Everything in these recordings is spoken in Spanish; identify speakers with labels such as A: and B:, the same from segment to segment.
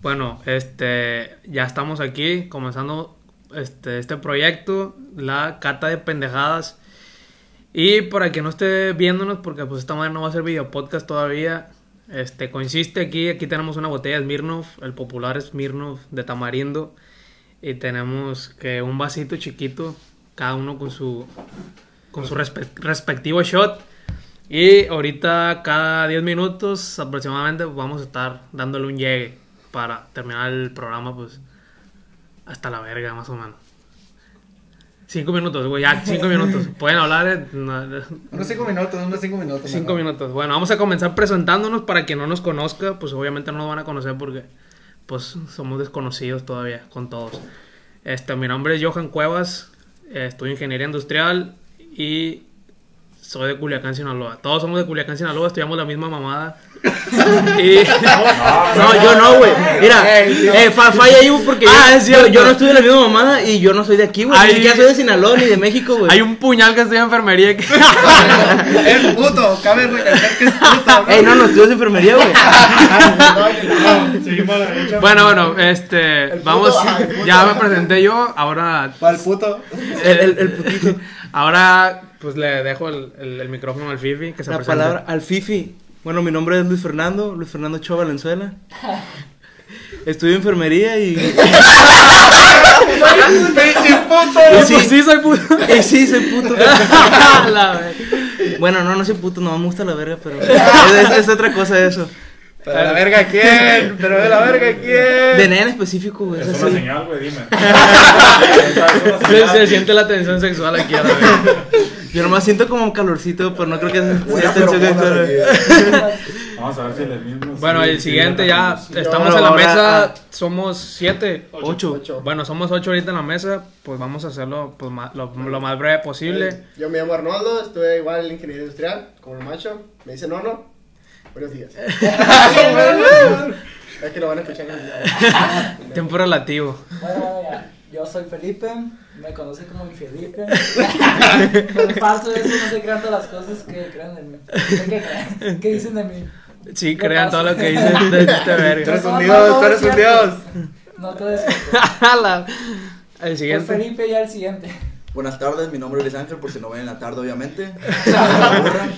A: Bueno, este, ya estamos aquí comenzando este, este proyecto, la cata de pendejadas. Y para que no esté viéndonos, porque pues esta madre no va a ser video podcast todavía, este, consiste aquí, aquí tenemos una botella de Smirnoff, el popular Smirnoff de tamarindo, y tenemos que un vasito chiquito, cada uno con su, con su respe- respectivo shot. Y ahorita cada 10 minutos aproximadamente vamos a estar dándole un llegue para terminar el programa pues hasta la verga más o menos. Cinco minutos, güey, ya cinco minutos. Pueden hablar eh, no,
B: Unos cinco minutos, unos cinco minutos.
A: Cinco
B: mejor.
A: minutos. Bueno, vamos a comenzar presentándonos para quien no nos conozca, pues obviamente no nos van a conocer porque pues somos desconocidos todavía con todos. Este, mi nombre es Johan Cuevas, eh, estudio ingeniería industrial y soy de Culiacán, Sinaloa. Todos somos de Culiacán, Sinaloa, estudiamos la misma mamada. Y-
C: No, yo no, güey. Mira, eh, fa- falla ahí güey, porque
A: Ah,
C: yo,
A: es cierto.
C: yo- yo no estoy de la misma mamada y yo no soy de aquí, güey.
A: Ahí-
C: Ni siquiera soy de Sinaloa ni de México, güey.
A: Hay un puñal que estudia enfermería que...
B: Es puto, cabe recalcar que es puto.
C: Ey, no, no, estudias enfermería, güey.
A: bueno, bueno, este,
B: puto-
A: vamos,
B: ah, el puto.
A: ya me presenté yo, ahora
B: Para el puto.
A: El, el, el putito. Ahora, pues le dejo el, el, el micrófono al Fifi que se
C: La
A: presente.
C: palabra al Fifi. Bueno, mi nombre es Luis Fernando, Luis Fernando Cho Valenzuela. Estudio enfermería y. y
B: Pinche puto.
A: pues Sí,
C: sí,
A: sí, soy puto.
C: y sí, soy puto.
A: La ver-
C: Bueno, no, no soy puto, no me gusta la verga, pero. Es, es- es otra cosa eso.
B: Pero de la verga quién, pero de la verga
A: Eh.
C: De
B: quién.
C: nada en específico, güey.
D: Es
C: es
D: una
C: así.
D: señal, güey, dime. Es una
A: se, se
D: señal.
A: siente la tensión sexual aquí a la vez.
C: Yo nomás siento como calorcito, pero no creo que sea-
E: Buena
C: sea tensión
E: feromonas
C: sexual, güey.
E: aquí.
D: Vamos a ver si el mismo.
A: Bueno,
D: sí,
A: el
D: sí,
A: siguiente ya
D: sí.
A: estamos
C: Ahora-
A: en la
C: ahora-
A: mesa.
C: ah.
A: Somos siete.
C: Ocho.
A: Bueno, somos ocho ahorita en la mesa. Pues vamos a hacerlo pues, ma- lo, lo más breve posible.
E: Yo me llamo Arnoldo, estuve igual en ingeniería industrial, como el macho. Me dicen Ono. Buenos días. es que lo van a escuchar en el video.
A: Tiempo relativo.
F: Bueno, bueno, ya. Yo soy Felipe, me conoce como mi Felipe. Por falso de eso no estoy creando las cosas que creen de mí. ¿Qué, creen? ¿Qué dicen de mí?
A: Sí,
F: ¿Qué
A: crean
F: pasa?
A: todo lo que dicen de este
B: Tú
A: verga.
B: eres un
F: No, no,
B: dios,
F: no,
B: tú eres
F: es
B: un
F: cierto.
B: dios.
F: No te des
A: La- El
F: Pues
A: siguiente.
F: Felipe ya el siguiente.
G: Buenas tardes, mi nombre es Luis Ángel, por si no ven en la tarde, obviamente. No se aburran.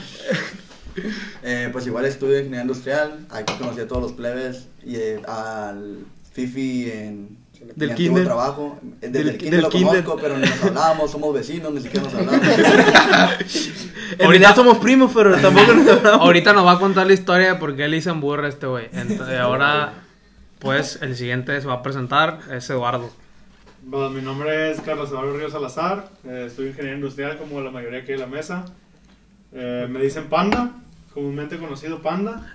G: Eh, pues igual estudio ingeniería industrial, aquí conocí a todos los plebes y eh, al Fifi en
C: Del
G: mi antiguo
C: kinder.
G: trabajo. Eh, Desde
C: Del-
G: el kinder
C: del
G: lo
C: kinder.
G: conozco, pero ni nos hablábamos, somos vecinos, ni siquiera nos hablábamos.
C: En realidad somos primos, pero tampoco nos hablamos.
A: Ahorita nos va a contar la historia de por qué le dicen burra a este güey. Entonces, ahora, pues, el siguiente se va a presentar, es Eduardo.
H: Bueno, mi nombre es Carlos Eduardo Ríos Salazar, eh, soy ingeniero industrial como la mayoría aquí de la mesa. Eh, me dicen Panda, comúnmente conocido Panda.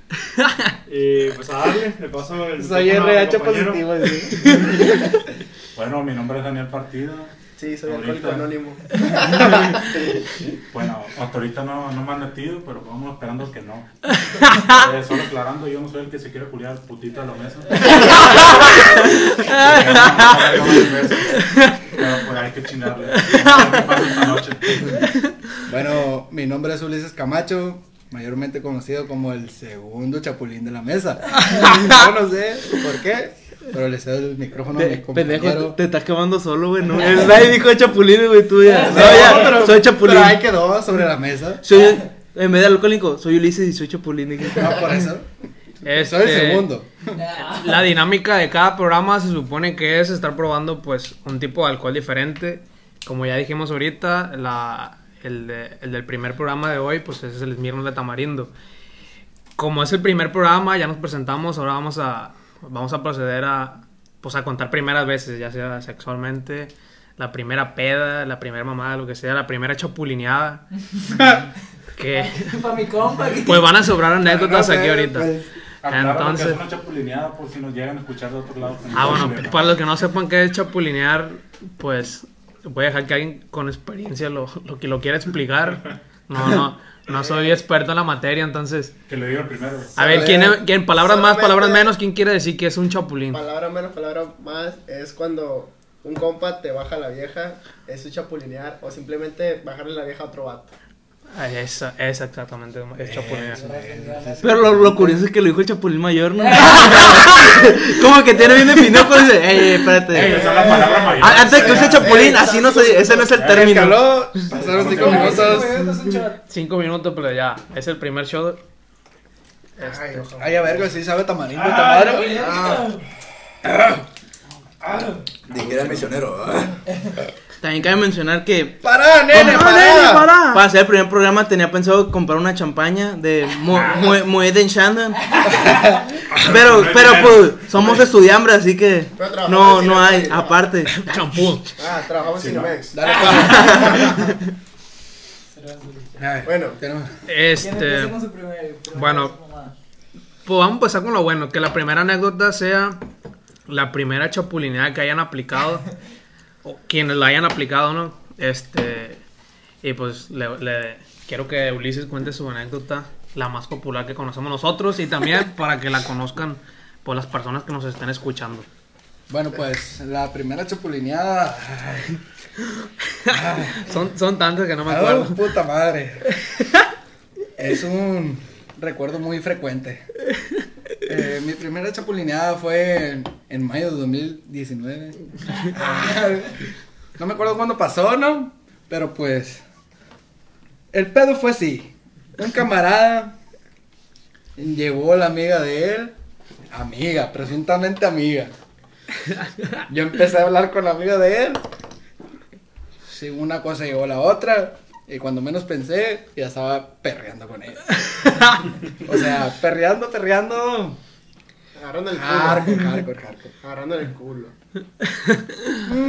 H: Y pues a darle, le paso el
B: Soy
H: micrófono a mi
B: RH
H: compañero.
B: positivo. sí.
D: Bueno, mi nombre es Daniel Partido.
E: Sí, soy alcohólico
D: Ahorita.
E: anónimo.
D: Bueno, hasta ahorita no, no me han metido, pero vamos esperando que no. Eh, solo aclarando, yo no soy el que se quiere culiar putita a la mesa. Pero pues hay que chingarle. No, no pasa esta noche.
B: Bueno, mi nombre es Ulises Camacho, mayormente conocido como el segundo chapulín de la mesa. Yo no sé por qué, pero le cedo el micrófono a mi
C: Te- Pendejo,
B: compañero.
C: te- te estás quemando solo, güey. No, el nadie dijo chapulín, güey, tú ya. No,
B: No,
C: ya,
B: pero-
C: soy chapulín.
B: Pero ahí quedó sobre la mesa.
C: Soy, en vez de alcohólico, soy Ulises y soy chapulín. dije.
B: No, por eso.
A: Este,
B: Soy el segundo.
F: Nah.
A: La dinámica de cada programa se supone que es estar probando, pues, un tipo de alcohol diferente. Como ya dijimos ahorita, la- el, de- el del primer programa de hoy, pues, es el Smirnoff de Tamarindo. Como es el primer programa, ya nos presentamos, ahora vamos a, vamos a proceder a, pues, a contar primeras veces, ya sea sexualmente, la primera peda, la primera mamada, lo que sea, la primera chapulineada. que,
F: Para mi compa. que-
A: pues, van a sobrar anécdotas
B: No sé,
A: aquí ahorita.
B: pues,
D: Aclaro lo que
A: Entonces-
D: es una chapulineada por si nos llegan a escuchar de otro lado.
A: Ah, bueno, para los que no sepan qué es chapulinear, pues voy a dejar que alguien con experiencia lo, lo que lo quiera explicar. No, no, no soy experto en la materia, entonces.
D: Que le diga el primero.
A: A ver, ¿quién, quién palabras más,
E: Solamente-
A: palabras menos, quién quiere decir que es un chapulín?
E: Palabra menos, palabra más es cuando un compa te baja la vieja, es su chapulinear o simplemente bajarle la vieja a otro vato.
A: Ah, Esa, esa exactamente,
D: Eh.
A: es Chapulín.
F: Pero
C: Pero lo, lo curioso es que lo dijo el Chapulín Mayor, ¿no? Como que tiene bien definido cuando dice, "Ey, ey,
D: Ey,
C: espérate.
D: esa es la palabra mayor.
C: A- Antes de que use
B: Ey,
C: Chapulín, así no soy, ese no es el término.
B: Escaló, pasaron cinco minutos.
A: Cinco minutos, pero ya, es el primer show.
B: Ay, a verga, sí sabe tamarindo esta madre.
G: Dije que era misionero. ¿verdad?
C: También cabe mencionar que
B: Pará, nene, pará.
C: para hacer el primer programa tenía pensado comprar una champaña de Mo- Mo- Moet en Shandon. Pero, pero pues, somos estudiambres, así que
E: Pero trabajamos
C: no,
E: en
C: no hay,
E: Cinemex.
C: aparte.
A: Champú.
E: Ah, trabajamos en Cinemex.
B: Dale, pa.
E: Bueno.
B: tenemos-
A: Este. bueno. Pues vamos a empezar con lo bueno, que la primera anécdota sea la primera chapulineada que hayan aplicado, o quienes la hayan aplicado, ¿no? Este, y pues le, le- quiero que Ulises cuente su anécdota, la más popular que conocemos nosotros, y también para que la conozcan por las personas que nos estén escuchando.
B: Bueno, pues la primera chapulineada.
A: Son, son tantas que no me
B: Ah,
A: acuerdo.
B: puta madre. Es un recuerdo muy frecuente. Eh, mi primera chapulineada fue en, en mayo de 2019. Ah, No me acuerdo cuándo pasó, ¿no? Pero pues. El pedo fue así. Un camarada llevó la amiga de él. Amiga, presuntamente amiga. Yo empecé a hablar con la amiga de él. Sí, una cosa llegó a la otra. Y cuando menos pensé, ya estaba perreando con ella. o sea, perreando, perreando.
E: Agarrando el
B: Hardcore,
E: culo.
B: hardcore, hardcore.
E: Agarrando el culo.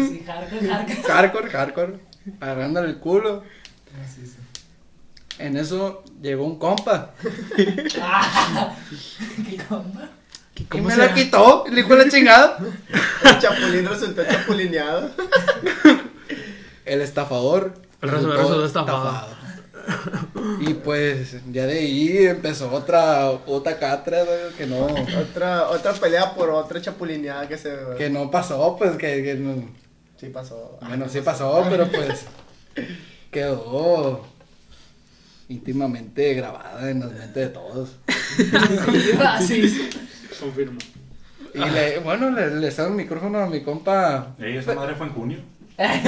F: Sí, jarca, jarca.
B: Hardcore, hardcore. Agarrándole el culo. En eso llegó un compa.
F: Ah, ¿Qué compa?
B: Y me la quitó, le dijo la chingada.
E: El chapulín resultó chapulineado.
B: El estafador.
A: El resultado
B: resultó
A: resultó estafado.
B: Y pues ya de ahí empezó otra, otra catra güey, que no,
E: Otra, otra pelea por otra chapulineada que se.
B: que no pasó, pues que, que no-
E: Sí pasó.
B: Bueno, sí pasó, pero pues quedó íntimamente grabada en las mentes de todos.
F: Ah, sí, sí.
H: Confirmo.
B: Y le, bueno, le, le cedo el micrófono a mi compa.
D: Ey, esa madre fue en junio.
B: Fue
D: Fue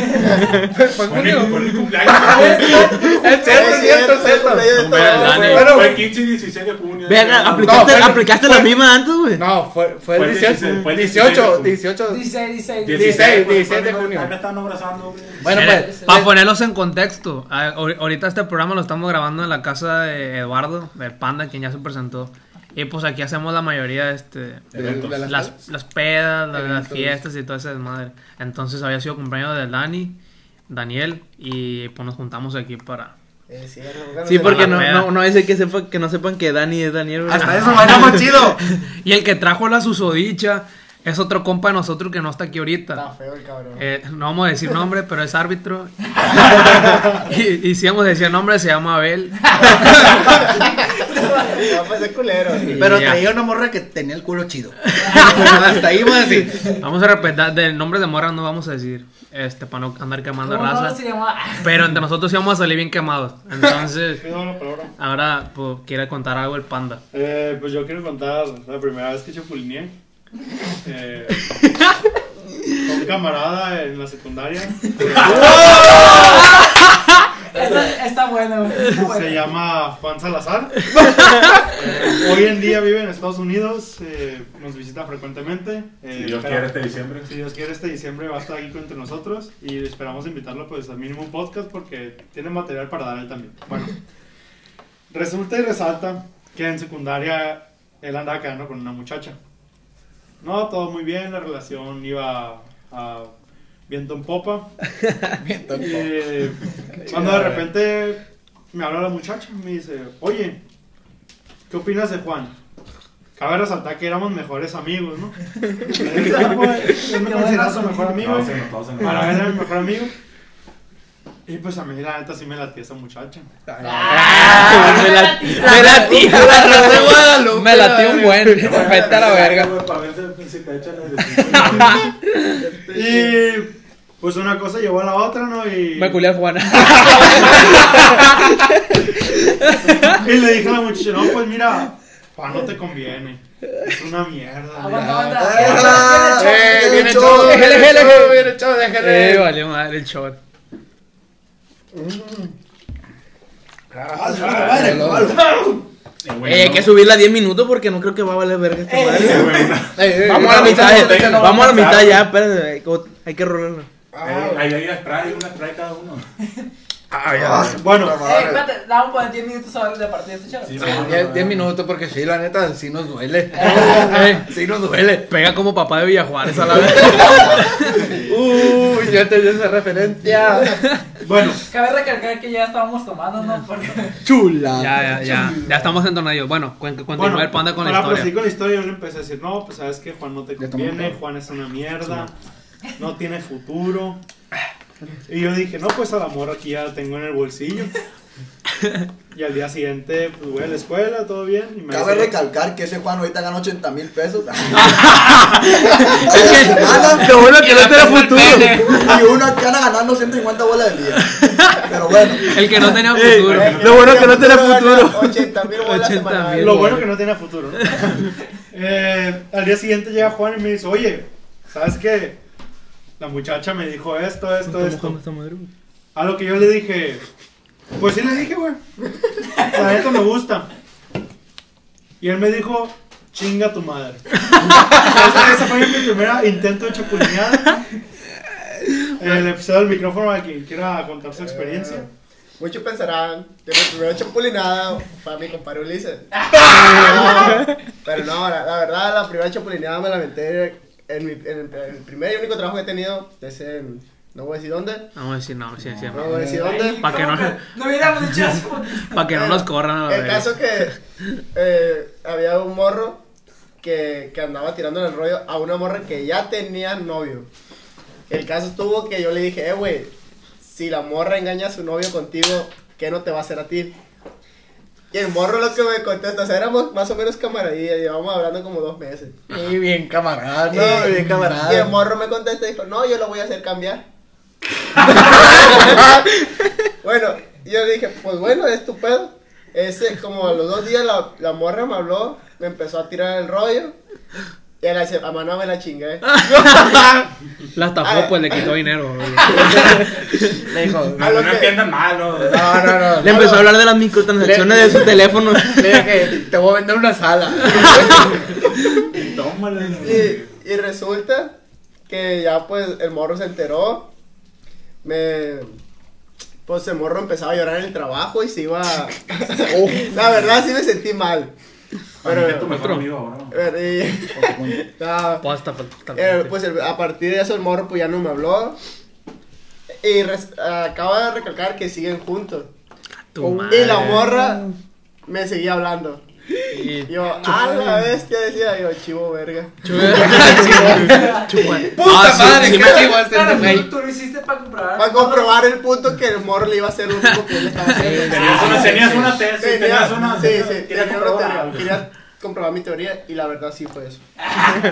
D: en mi- fue
B: conmigo.
D: en mi cumpleaños.
B: Es cierto, es cierto, es cierto.
D: Bueno, fue el
B: Bueno,
D: 15 y 16 de junio.
C: Verga,
D: No,
C: aplicaste,
B: fue-
C: aplicaste la misma antes, güey.
B: no, fue, fue el
D: Fue el
B: 18,
D: 16, fue el
B: 18,
D: 16.
B: 18.
F: Dice, dice.
B: Dieciséis.
F: dice.
B: 16
D: pues,
B: de
D: ahí me-
B: junio.
D: Ahí me están abrazando. güey.
B: Bueno,
A: Mira,
B: pues,
A: para ponerlos en contexto, a- ahor- ahorita este programa lo estamos grabando en la casa de Eduardo, del Panda, quien ya se presentó. Y pues aquí hacemos la mayoría de este,
B: de- de las-
A: las, las pedas, las, las
B: Eventos.
A: fiestas y todo ese desmadre. Entonces había sido cumpleaños de Dani, Daniel, y pues nos juntamos aquí para...
E: Eh, sí, no,
C: Sí,
E: no,
C: porque
E: no.
C: no, no, no dice que sepa, que no sepan que Dani es Daniel, güey.
B: hasta eso bailamos chido.
A: Y el que trajo la susodicha es otro compa de nosotros que no está aquí
E: Está
A: ahorita.
E: feo el cabrón.
A: Eh, no vamos a decir nombre, pero es árbitro. y, y si vamos a decir nombre, se llama Abel.
E: Va a pasar culero.
B: Pero
A: Ya.
B: traía una morra que tenía el culo chido. Hasta ahí iba a decir.
A: Vamos a respetar, del nombre de morra no vamos a decir, este, para no andar quemando
F: ¿Cómo no
A: raza.
F: se llamaba?
A: Pero entre nosotros íbamos a salir bien quemados. Entonces,
H: Pido la palabra.
A: ahora pues, quiere contar algo el panda.
H: Eh, pues yo quiero contar la primera vez que chapulineé. Eh, con un camarada en la secundaria.
F: Está, está bueno. güey, Está bueno.
H: Se llama Juan Salazar. Eh, hoy en día vive en Estados Unidos. eh, nos visita frecuentemente. Eh,
D: Si Dios
H: espera-
D: quiere este diciembre.
H: Si Dios quiere, este diciembre va a estar aquí entre nosotros y esperamos invitarlo pues al mínimo podcast porque tiene material para dar él también. Bueno, resulta y resalta que en secundaria él andaba quedando con una muchacha. No, todo muy bien, la relación iba a viento en popa. Y, eh, cuando de repente me habla la muchacha, me dice, oye, ¿qué opinas de Juan? Cabe resaltar que éramos mejores amigos, ¿no? Él me considera su mejor amigo.
D: No, se notó, se notó.
H: Para él era mi mejor amigo. Y pues a mí la neta sí me latía esa muchacha.
C: Me la- me la tira la raza de Guadalupe.
B: Me latí un buen. Vete a la verga.
D: Para ver si se te echan el-
H: Y pues una cosa llevó a la otra, ¿no? Y,
A: Me culé a Juana.
H: y le dije a la muchacha, no, pues mira, pa, no te conviene. Es una mierda. güey".
F: Aguanta, aguanta.
G: Ah,
F: Aguanta, aguanta.
G: eh,
B: Viene
G: Viene
B: el show,
G: todo,
B: viene
A: viene
B: el
A: el
B: show,
A: show.
B: viene el show, déjale.
A: eh, valió madre el shot.
C: Eh, hay que subirla a 10 minutos porque no creo que va a valer verga esta madre.
B: Ey, ey,
C: Eh, Vamos
B: ey,
C: a la
B: no,
C: mitad,
B: no,
C: ya,
B: no, no, no,
C: vamos a la
D: no,
C: mitad
D: no.
C: ya, espérate, hay que- hay que rolarla.
D: Eh, Ahí hay una spray, una spray cada uno.
H: Bueno,
F: Ey, espérate, damos por 10 minutos a de partida de este chavo.
D: Sí,
B: no, no,
D: bueno,
B: diez-
D: bueno.
B: diez minutos porque sí, la neta, sí nos duele.
A: Eh,
B: Sí nos duele.
A: pega como papá de Villajuárez a la vez.
B: Uy, yo entendí esa referencia.
H: bueno,
F: Cabe recalcar que ya estábamos tomando, ¿no? Porque
A: ya, ya, ya. Ya estamos entonaditos. Bueno, cuen- continúa
H: bueno
A: el panda con la
H: para
A: historia.
H: proseguir con la historia, yo le empecé a decir, no, pues sabes que Juan no te
B: tomó
H: conviene,
B: todo.
H: Juan es una mierda, no tiene futuro. Y yo dije, no, pues al amor aquí ya la tengo en el bolsillo. Y al día siguiente, pues voy a la escuela, todo bien. Y me
G: Cabe
H: dice-
G: recalcar que ese Juan ahorita gana 80 mil pesos.
C: Es que, lo bueno que no te era futuro.
G: Y uno acá anda ganando 150 bolas al día. Pero bueno.
A: El que no tenía
C: Ey,
A: futuro.
C: Lo bueno que no te era futuro.
E: 80 mil
A: 80,000.
E: bolas semanales.
H: Lo bueno que no tenía futuro. ¿no? Eh, al día siguiente llega Juan y me dice, oye, ¿sabes qué? La muchacha me dijo esto, esto, esto. A lo que yo le dije, pues sí le dije, güey. La neta me gusta. Y él me dijo, chinga tu madre. Ese, ese fue mi primer intento de chapulinear. Eh, le puse el micrófono a quien quiera contar su experiencia.
E: Muchos pensarán que mi primera champulinada para mi compadre Ulises. Pero no, la, la verdad, la primera champulinada me la aventé en, mi, en el, en el primer y único trabajo que he tenido. Es en, no voy a decir dónde.
A: No vamos a decir no, sí, sí.
E: No voy a decir dónde.
A: Pa' que no- Este
F: No hubiéramos dicho eso.
A: Para que no nos corran a la
E: El
A: verga.
E: caso que eh, había un morro que, que andaba tirándole el rollo a una morra que ya tenía novio. El caso estuvo que yo le dije, eh, güey, si la morra engaña a su novio contigo, ¿qué no te va a hacer a ti? Y el morro lo que me contesta, o sea, éramos más o menos camaradillas, llevamos hablando como dos meses.
B: Y bien camarada,
E: Y-
B: ¿no? Bien
E: Eh, Y el
B: camarada.
E: morro me contesta y dijo, no, yo lo voy a hacer cambiar. bueno, yo le dije, pues bueno, es tu pedo. Ese, como a los dos días la, la morra me habló, me empezó a tirar el rollo. Y a la semana me la chingué.
A: Las tapó, pues le quitó dinero. güey.
B: Le dijo,
E: A
D: No,
E: lo
D: no
E: que-
D: entiendan mal, ¿no?
B: no, no, no.
C: Le empezó a hablar de las microtransacciones de su teléfono.
B: Le dije, te voy a vender una sala.
D: Tómale.
E: Y, y resulta que ya pues el morro se enteró. Me. Pues el morro empezaba a llorar en el trabajo y se iba. La verdad sí me sentí mal.
D: Pero es tu
E: Pero.
D: mejor amigo ahora.
E: pero- y- No,
A: Pasta, pasta.
E: eh, pues el- a partir de eso el morro pues ya no me habló. Y res- acaba de recalcar que siguen juntos.
A: Tu
E: Y
A: madre.
E: la morra me seguía hablando.
A: Y-
E: Yo, a la bestia decía yo, chivo verga.
A: Ah,
B: Puta
A: sí,
B: madre,
A: sí
B: qué
A: me-
B: chivo este
F: Claro,
B: güey.
F: tú, tú lo hiciste para comprobar.
E: Para comprobar el punto que el morro le iba a hacer lo mismo que él estaba haciendo.
B: Ah,
D: Tenías una- Tenías una tesis, tenías una.
E: sí, sí,
D: querías
E: tenía una
D: comprobar
E: teoría.
D: algo.
E: Quería comprobar mi teoría y la verdad sí fue eso.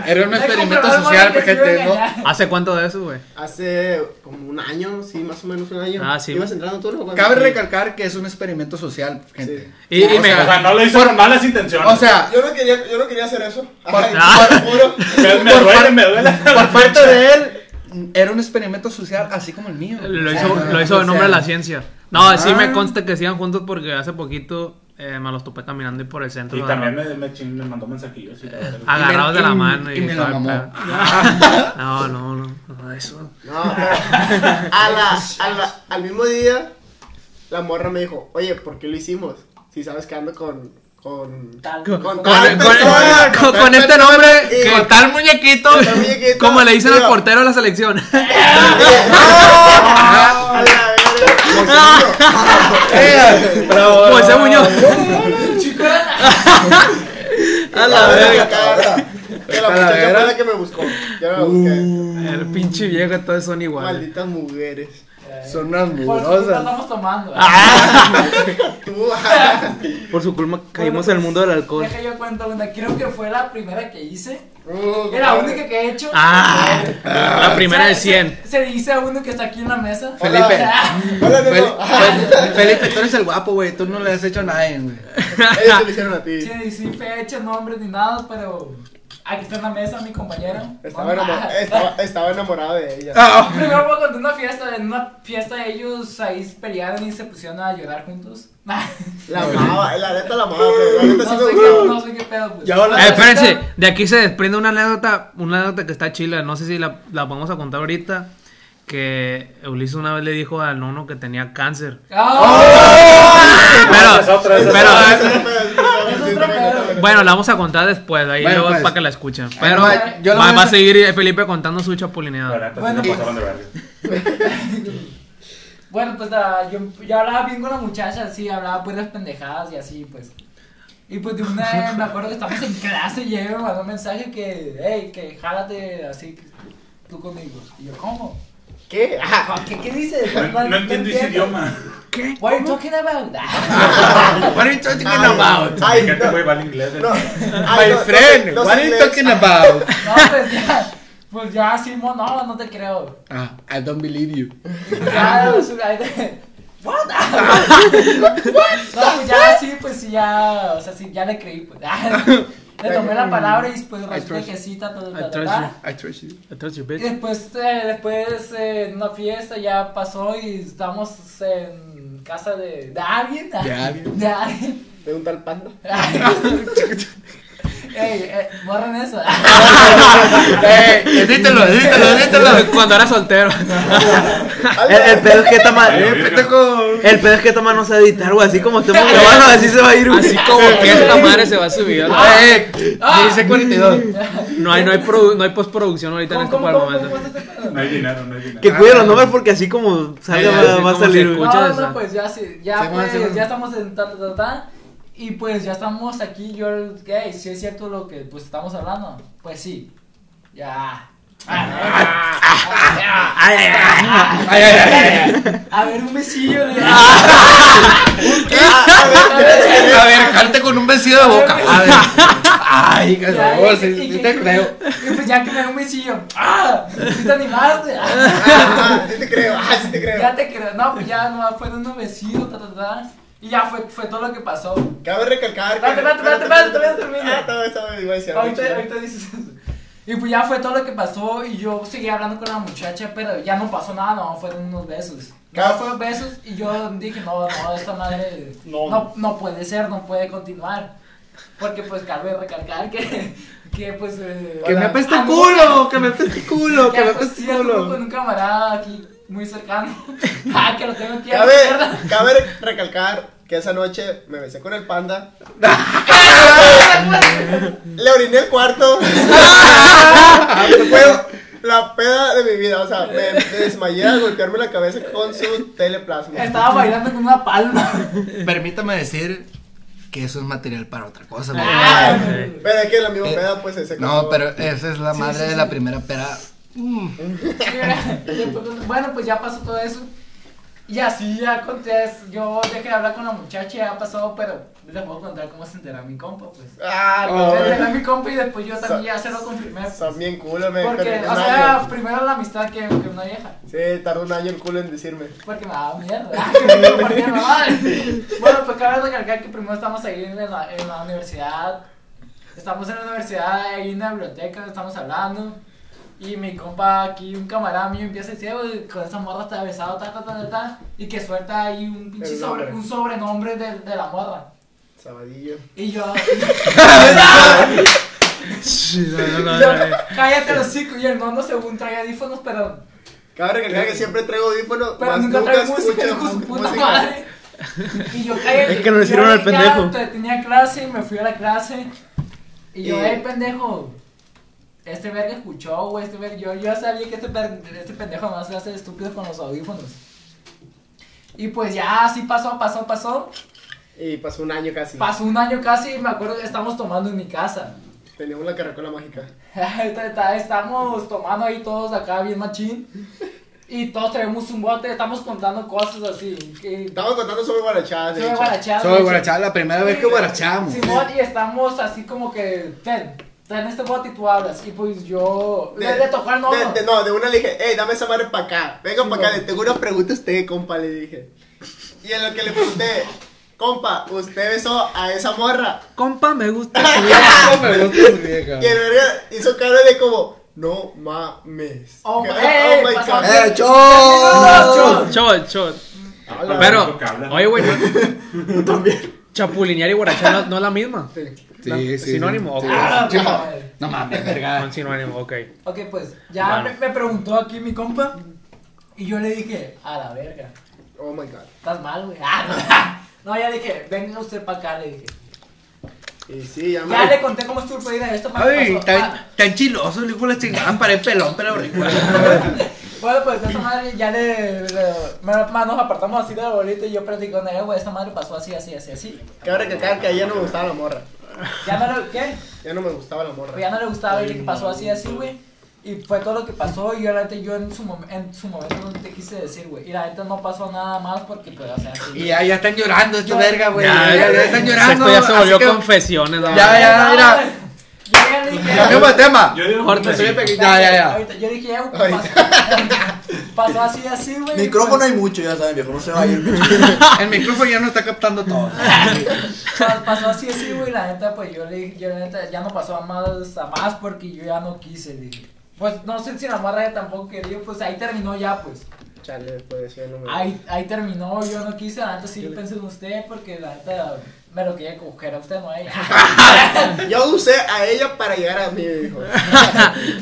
B: Era un
F: Hay que
B: experimento
F: comprobar,
B: social, pues,
F: güey, que sí
B: gente,
F: lo
B: ¿no?
F: engañaron.
A: ¿Hace cuánto de eso, güey?
E: Hace como un año, sí, más o menos un año.
A: Ah, sí.
E: ¿Ibas entrando tú? no? ¿Cuándo?
B: Cabe recalcar que es un experimento social, gente.
E: Sí.
A: Y, y
D: O
A: me.
D: sea, o sea, no lo hizo con malas intenciones.
B: O sea,
E: Yo no quería, yo no quería hacer eso. Ay,
A: Ah.
E: te lo juro.
D: me, me duele, me duele.
B: por parte de él, era un experimento social así como el mío.
A: Lo
B: O sea,
A: hizo, lo hizo
B: Ah, o
A: de nombre de
B: sea,
A: la ciencia. No, sí me consta que sigan juntos porque hace poquito eh, me los topé caminando y por el centro.
D: Y también me, me, ching- me mandó mensajillos. y
A: Eh,
D: todo.
A: Agarrados de la
B: Y me-
A: mano y,
B: y me la
A: todo el
B: mamó.
A: pedo. No, no, no, no, eso.
E: No, pero a la, a la- al mismo día, la morra me dijo, oye, ¿por qué lo hicimos? Si sabes que ando con... Con...
F: Tal.
A: Con,
E: Con
A: con- con-
E: tal persona,
A: con-
E: con
A: con
E: tal
A: este nombre,
E: persona y-
A: con tal muñequito,
E: Con tal muñequito.
A: como le dicen al
E: Mira.
A: portero de la selección.
E: A la verga.
B: ¡Eh! Bravo,
A: Pues ese Muñoz.
F: Chico era-
A: A la verga.
E: Que la
B: A la
E: muchacha
B: verga. Uh,
E: fue la que me buscó. Yo no la busqué.
A: El pinche viejo, todos son iguales.
E: Malditas mujeres.
B: Son unas
F: Por eso
B: mugrosas.
F: estamos tomando. eh.
A: Ah,
E: Tú, ah,
C: Por su culpa caímos en el mundo del alcohol.
F: Deja yo cuento una. Creo que fue la primera que hice.
E: uh,
F: Es la
E: compadre.
F: única que he hecho.
A: Ah, la primera de
F: Se-
A: 100.
F: Se, se dice a uno que está aquí en la mesa.
B: Felipe.
F: Hola.
E: Hola, Neto.
B: Fel-
E: Ah,
B: Fel- Felipe, tú eres el guapo, güey. Tú no le has hecho a nadie, güey.
E: Ellos te lo hicieron a ti.
F: Sin decir fecha, nombres ni nada, pero aquí está en la mesa mi compañero.
E: Estaba,
F: Mamá.
E: enamor- estaba, estaba enamorado de ella.
B: Ah.
F: Primero voy a contar una fiesta. En una fiesta ellos ahí se pelearon y se pusieron a llorar juntos. no,
E: La amaba, la neta la amaba, pero la neta sí me
F: sé qué,
E: gustaba.
F: no sé qué pedo. Pues.
E: Ya ahora-
A: Eh, espérense, de aquí se desprende una anécdota, una anécdota que está chila, no sé si la, la vamos a contar ahorita, que Ulises una vez le dijo al nono que tenía cáncer.
F: Ah,
B: Ah,
A: Pero, pero,
F: es otro pedo.
A: bueno, la vamos a contar después, ahí
B: Bueno,
A: luego es
B: pues.
A: para que la escuchen. Pero
B: va, yo lo
A: va,
B: voy a
A: va a
B: hacer-
A: seguir eh, Felipe contando su
D: La
A: chapulineada.
D: neta,
F: Bueno,
D: sí se pasaban de verga.
F: Bueno, pues la- yo, yo hablaba bien con la muchacha, así, hablaba puras pendejadas y así, pues. Y pues de una vez me acuerdo que estábamos en clase y ella me mandó un mensaje que, hey, que jálate así tú conmigo. Y yo, ¿cómo?
E: ¿Qué? Ah,
F: ¿Qué, qué dices?
D: No, no entiendo ese idioma.
F: What are you talking about?
B: What are you talking about?
E: Ay,
D: Que este
E: no,
D: güey va al inglés.
E: no, ay,
B: My
E: Ah, no, no,
B: friend,
E: no sé
B: what are you
E: inglés.
B: talking about?
F: No, pues ya, pues ya, Simón, no, no te creo.
B: Ah, I don't believe you.
F: Y pues ya, pues, ahí de- What? No, pues ya, sí, pues sí, ya, o sea, sí, ya le creí, pues. Le tomé la palabra y pues resulta
B: trust you.
F: que sí, ta, ta, ta,
A: I
F: ta,
A: trust
F: ta.
A: you.
B: I trust you.
F: Y después, eh, después eh, en una fiesta ya pasó y estábamos en casa de, de alguien.
B: De alguien.
F: De alguien.
E: Pregunta al panda.
F: Ey, eh, borren eso.
B: Eh, edítalo, edítalo, edítalo.
A: Cuando era soltero.
C: El, el pedo es que esta ma-
D: Eh,
B: Pendejo.
C: El pedo es que esta ma no sabe editar, güey. Así como estamos grabando, así se va a ir, güey.
A: Así como que esta madre se va a subir. a la-
B: Eh, dice 42.
A: No hay, no hay, produ- no hay postproducción ahorita en
F: ¿Cómo,
A: este
F: cómo,
A: para el
F: cómo, cómo
A: momento.
F: es este pedo?
D: No hay dinero, no hay dinero.
C: Que cuide los nombres porque así como salga
A: Sí, así
C: va, va a
A: como se
C: salir, güey.
A: escucha.
F: No,
A: esa.
F: no, pues ya, sí, ya,
B: Se van,
F: pues,
B: se van.
F: ya estamos en ta, ta, ta, ta, y pues ya estamos aquí, yo, hey, si es cierto lo que pues estamos hablando, pues sí, ya. Ah,
C: Ay, ay, ay.
B: Ay, ay, ay, ay.
F: A ver, un besillo. le- ah,
B: A ver, cante con un vestido de boca. A ver. Ay, que
F: Ya,
B: no,
F: y-
B: sí,
F: y-
B: sí
F: y-
B: te creo.
F: Y pues ya que me da un besillo, ¡ah! ¿Sí te animaste? Ah,
E: Ah, sí te creo, ah, sí te creo.
F: ya te creo. No, pues ya no, fue de un besillo, ta, ta, ta. Y ya fue, fue todo lo que pasó.
E: Cabe recalcar que.
F: Espérate, espérate, espérate, espérate, termina.
E: Ah, no, estaba- iba a decir algo
F: Ahorita,
E: chido.
F: ahorita dices eso. Y pues ya fue todo lo que pasó y yo seguí hablando con la muchacha, pero ya no pasó nada, no, fueron unos besos. No
E: Claro.
F: fueron besos y yo dije, no, no, esta madre
H: No.
F: no, no puede ser, no puede continuar. Porque pues cabe recalcar que, que pues... eh,
B: Que me
F: hola.
B: apeste el
F: Ah,
B: culo, que me apeste el culo, que me
F: pues,
B: apeste
F: sí,
B: el
F: estuve con
B: culo.
F: un camarada aquí muy cercano. ah, que lo tengo aquí a la
E: Cabe,
F: izquierda.
E: cabe recalcar que esa noche me besé con el panda. Le oriné el cuarto. Fue la peda de mi vida. O sea, me desmayé al golpearme la cabeza con su teleplasma.
F: Estaba bailando con una palma.
B: Permítame decir que eso es material para otra cosa, güey.
F: Ah,
E: Pero es que la misma
B: Eh,
E: peda, pues ese
B: No, pero esa es la madre
F: sí,
B: de
F: sí.
B: la primera pera.
F: bueno, pues ya pasó todo eso. Y así ya conté, yo dejé de hablar con la muchacha, ya pasó, pero les puedo contar cómo se enteró mi compa, pues.
E: Ah, no,
F: Se enteró
E: güey.
F: mi compa y después yo también ya se lo confirmé. pues.
E: Son bien culo, me
F: Porque,
E: perdí un
F: o sea,
E: año.
F: primero la amistad que, que una vieja.
E: Sí, tardó un año el culo en decirme.
F: Porque me daba mierda. que me compartían la madre. Bueno, pues cabe recalcar que primero estamos ahí en la, en la universidad. Estamos en la universidad, ahí en la biblioteca, estamos hablando. Y mi compa aquí, un camarada mío, empieza a decir, "Oye, con esa morra está besado, ta, ta, ta, ta, ta", Y que suelta ahí un pinche
E: El
F: sobre,
E: nombre.
F: un sobrenombre de, de la morra.
E: Sabadillo.
F: Y yo,
A: No, no,
F: yo,
A: no, no.
F: cállate los chicos. Y el nono según trae audífonos, pero,
E: Cabe recalcar que siempre traigo audífono,
F: pero
E: mas
F: nunca, trae música,
E: escucho
F: dijo su
E: mu-
F: puta
E: música.
F: madre. Y yo, cállate.
C: Es que no le sirvieron
F: yo,
C: al
F: ya,
C: pendejo.
F: te- tenía clase y me fui a la clase. Y yo,
E: Y-
F: eh, pendejo. Este verga escuchó, güey. Este verga, yo, yo sabía que este, per- este pendejo no se hace estúpido con los audífonos. Y pues ya, así pasó, pasó, pasó.
E: Y pasó un año casi.
F: Pasó un año casi y me acuerdo que estábamos tomando en mi casa.
E: Teníamos la caracola mágica.
F: Está- está- Estábamos tomando ahí todos acá bien machín. Y todos traemos un bote, estamos contando cosas así. que-
E: Estamos contando sobre Guarachá. de
F: Soy
E: hecho.
F: guarachado.
B: Sobre guarachá, la primera vez que guarachamos.
F: Simón, y estamos así como que, ten, ten este bote y tú hablas. Y pues yo,
E: De-
F: le, le tocó al novio.
E: de- de- no, de una le dije, hey, dame esa madre para acá. Venga
F: Sí,
E: para acá,
F: no.
E: le tengo una pregunta a usted, compa, le dije. Y en lo que le pregunté, compa, ¿usted besó a esa morra?
A: Compa, me gusta.
B: Me gusta su vieja.
E: Y el verga hizo cara de como, no mames.
F: Oh,
E: Que-
F: eh, pasó.
G: ¡Eh,
A: Chot,
G: chon!
A: chot, chot.
E: Habla,
A: Pero,
D: Ah, que hablan.
A: oye, güey. También. Chapulinear y guarachar no, no es la misma.
B: Sí,
A: La-
B: sí, sí.
A: sinónimo, ok.
F: Ah,
B: Sí,
F: no.
B: No mames,
A: Son
B: verga.
A: sinónimos, ok.
F: Ok, pues ya
A: Bueno.
F: me, me preguntó aquí mi compa. Y yo le dije, a la verga,
E: Oh my god.
F: estás mal, güey. Ah, no. no, ya dije, venga usted para acá, le dije.
E: Y sí, ya me.
F: Ya le conté cómo estuvo el pedido de esto. pa-
B: Ay,
F: pasó. Ah,
B: tan, tan chiloso, le dijo la chingada para el pelón, pero recuerda.
F: Bueno, pues esta madre ya le. le- me- ma- nos apartamos así de la bolita y yo platico con ella, güey. Esta madre pasó así, así, así, así.
E: Cabe recalcar que a ella no me gustaba la morra.
F: Ya no lo. ¿Qué?
E: Ya no me gustaba la
F: Pues ya
E: morra.
F: no le gustaba y le que pasó así, así, güey. Y fue todo lo que pasó y yo, la neta, yo en su, mom- en su momento no te quise decir, güey. Y la neta no pasó nada más porque, pues, o sea, sí.
B: Y ya, ya están llorando esta verga, güey.
A: Ya,
B: Ya, ya, están
A: Esto
B: llorando.
A: ya se
B: así
A: volvió
B: que-
A: confesiones, la
B: Ya,
A: verdad.
B: ya, mira.
F: Yo ya le dije.
B: Cambiamos de tema.
D: Yo digo,
A: Corte.
D: sí.
B: Ya, ya, ya.
F: Ahorita, yo dije, ya, güey,
E: Ahorita.
F: pasó, pasó así, así, güey.
G: Micrófono hay mucho, ya saben, viejo, no se va a ir. pinche.
B: El micrófono ya no está captando todo.
F: Pa- Pues, Pasó así, así, güey. La neta, pues yo le dije, yo la neta, ya no pasó a más, a más porque yo ya no quise, le dije. Pues no sé si la morra ya tampoco quería, pues ahí terminó ya, pues.
E: Chale, pues ya no me.
F: Ahí, ahí terminó, yo no quise, la neta sí pensé en usted porque la neta me lo quería coger a usted, no a ella.
E: Yo usé a ella para llegar a mí, dijo.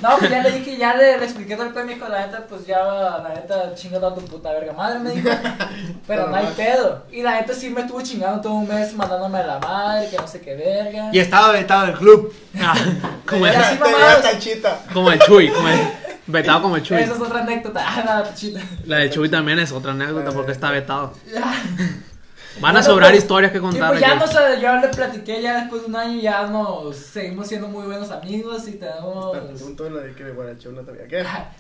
F: No, pues ya le dije, ya le, le expliqué todo el pedo, me dijo, la neta, pues ya, la neta, chingando a tu puta verga madre, me dijo, pero no hay pedo. Y la neta sí me estuvo chingando todo un mes, mandándome a la madre, que no sé qué verga.
B: Y estaba vetado del club.
A: Ah, Como
E: Te
A: el,
F: así,
E: te
F: mamá.
E: la tachita.
A: como el Chuy, como el, vetado como el Chuy.
F: Esa es otra anécdota, ah, la chita.
A: La de Chuy también es otra anécdota porque está vetado. Van a
F: Bueno,
A: sobrar
F: pues,
A: historias que
F: Sí,
A: contar.
F: pues ya
A: aquí.
F: no sé, yo le platiqué ya después de un año, ya nos seguimos siendo muy buenos amigos y tenemos...
E: Punto en la de que me guarachó una todavía. ¿Qué?
A: Ah,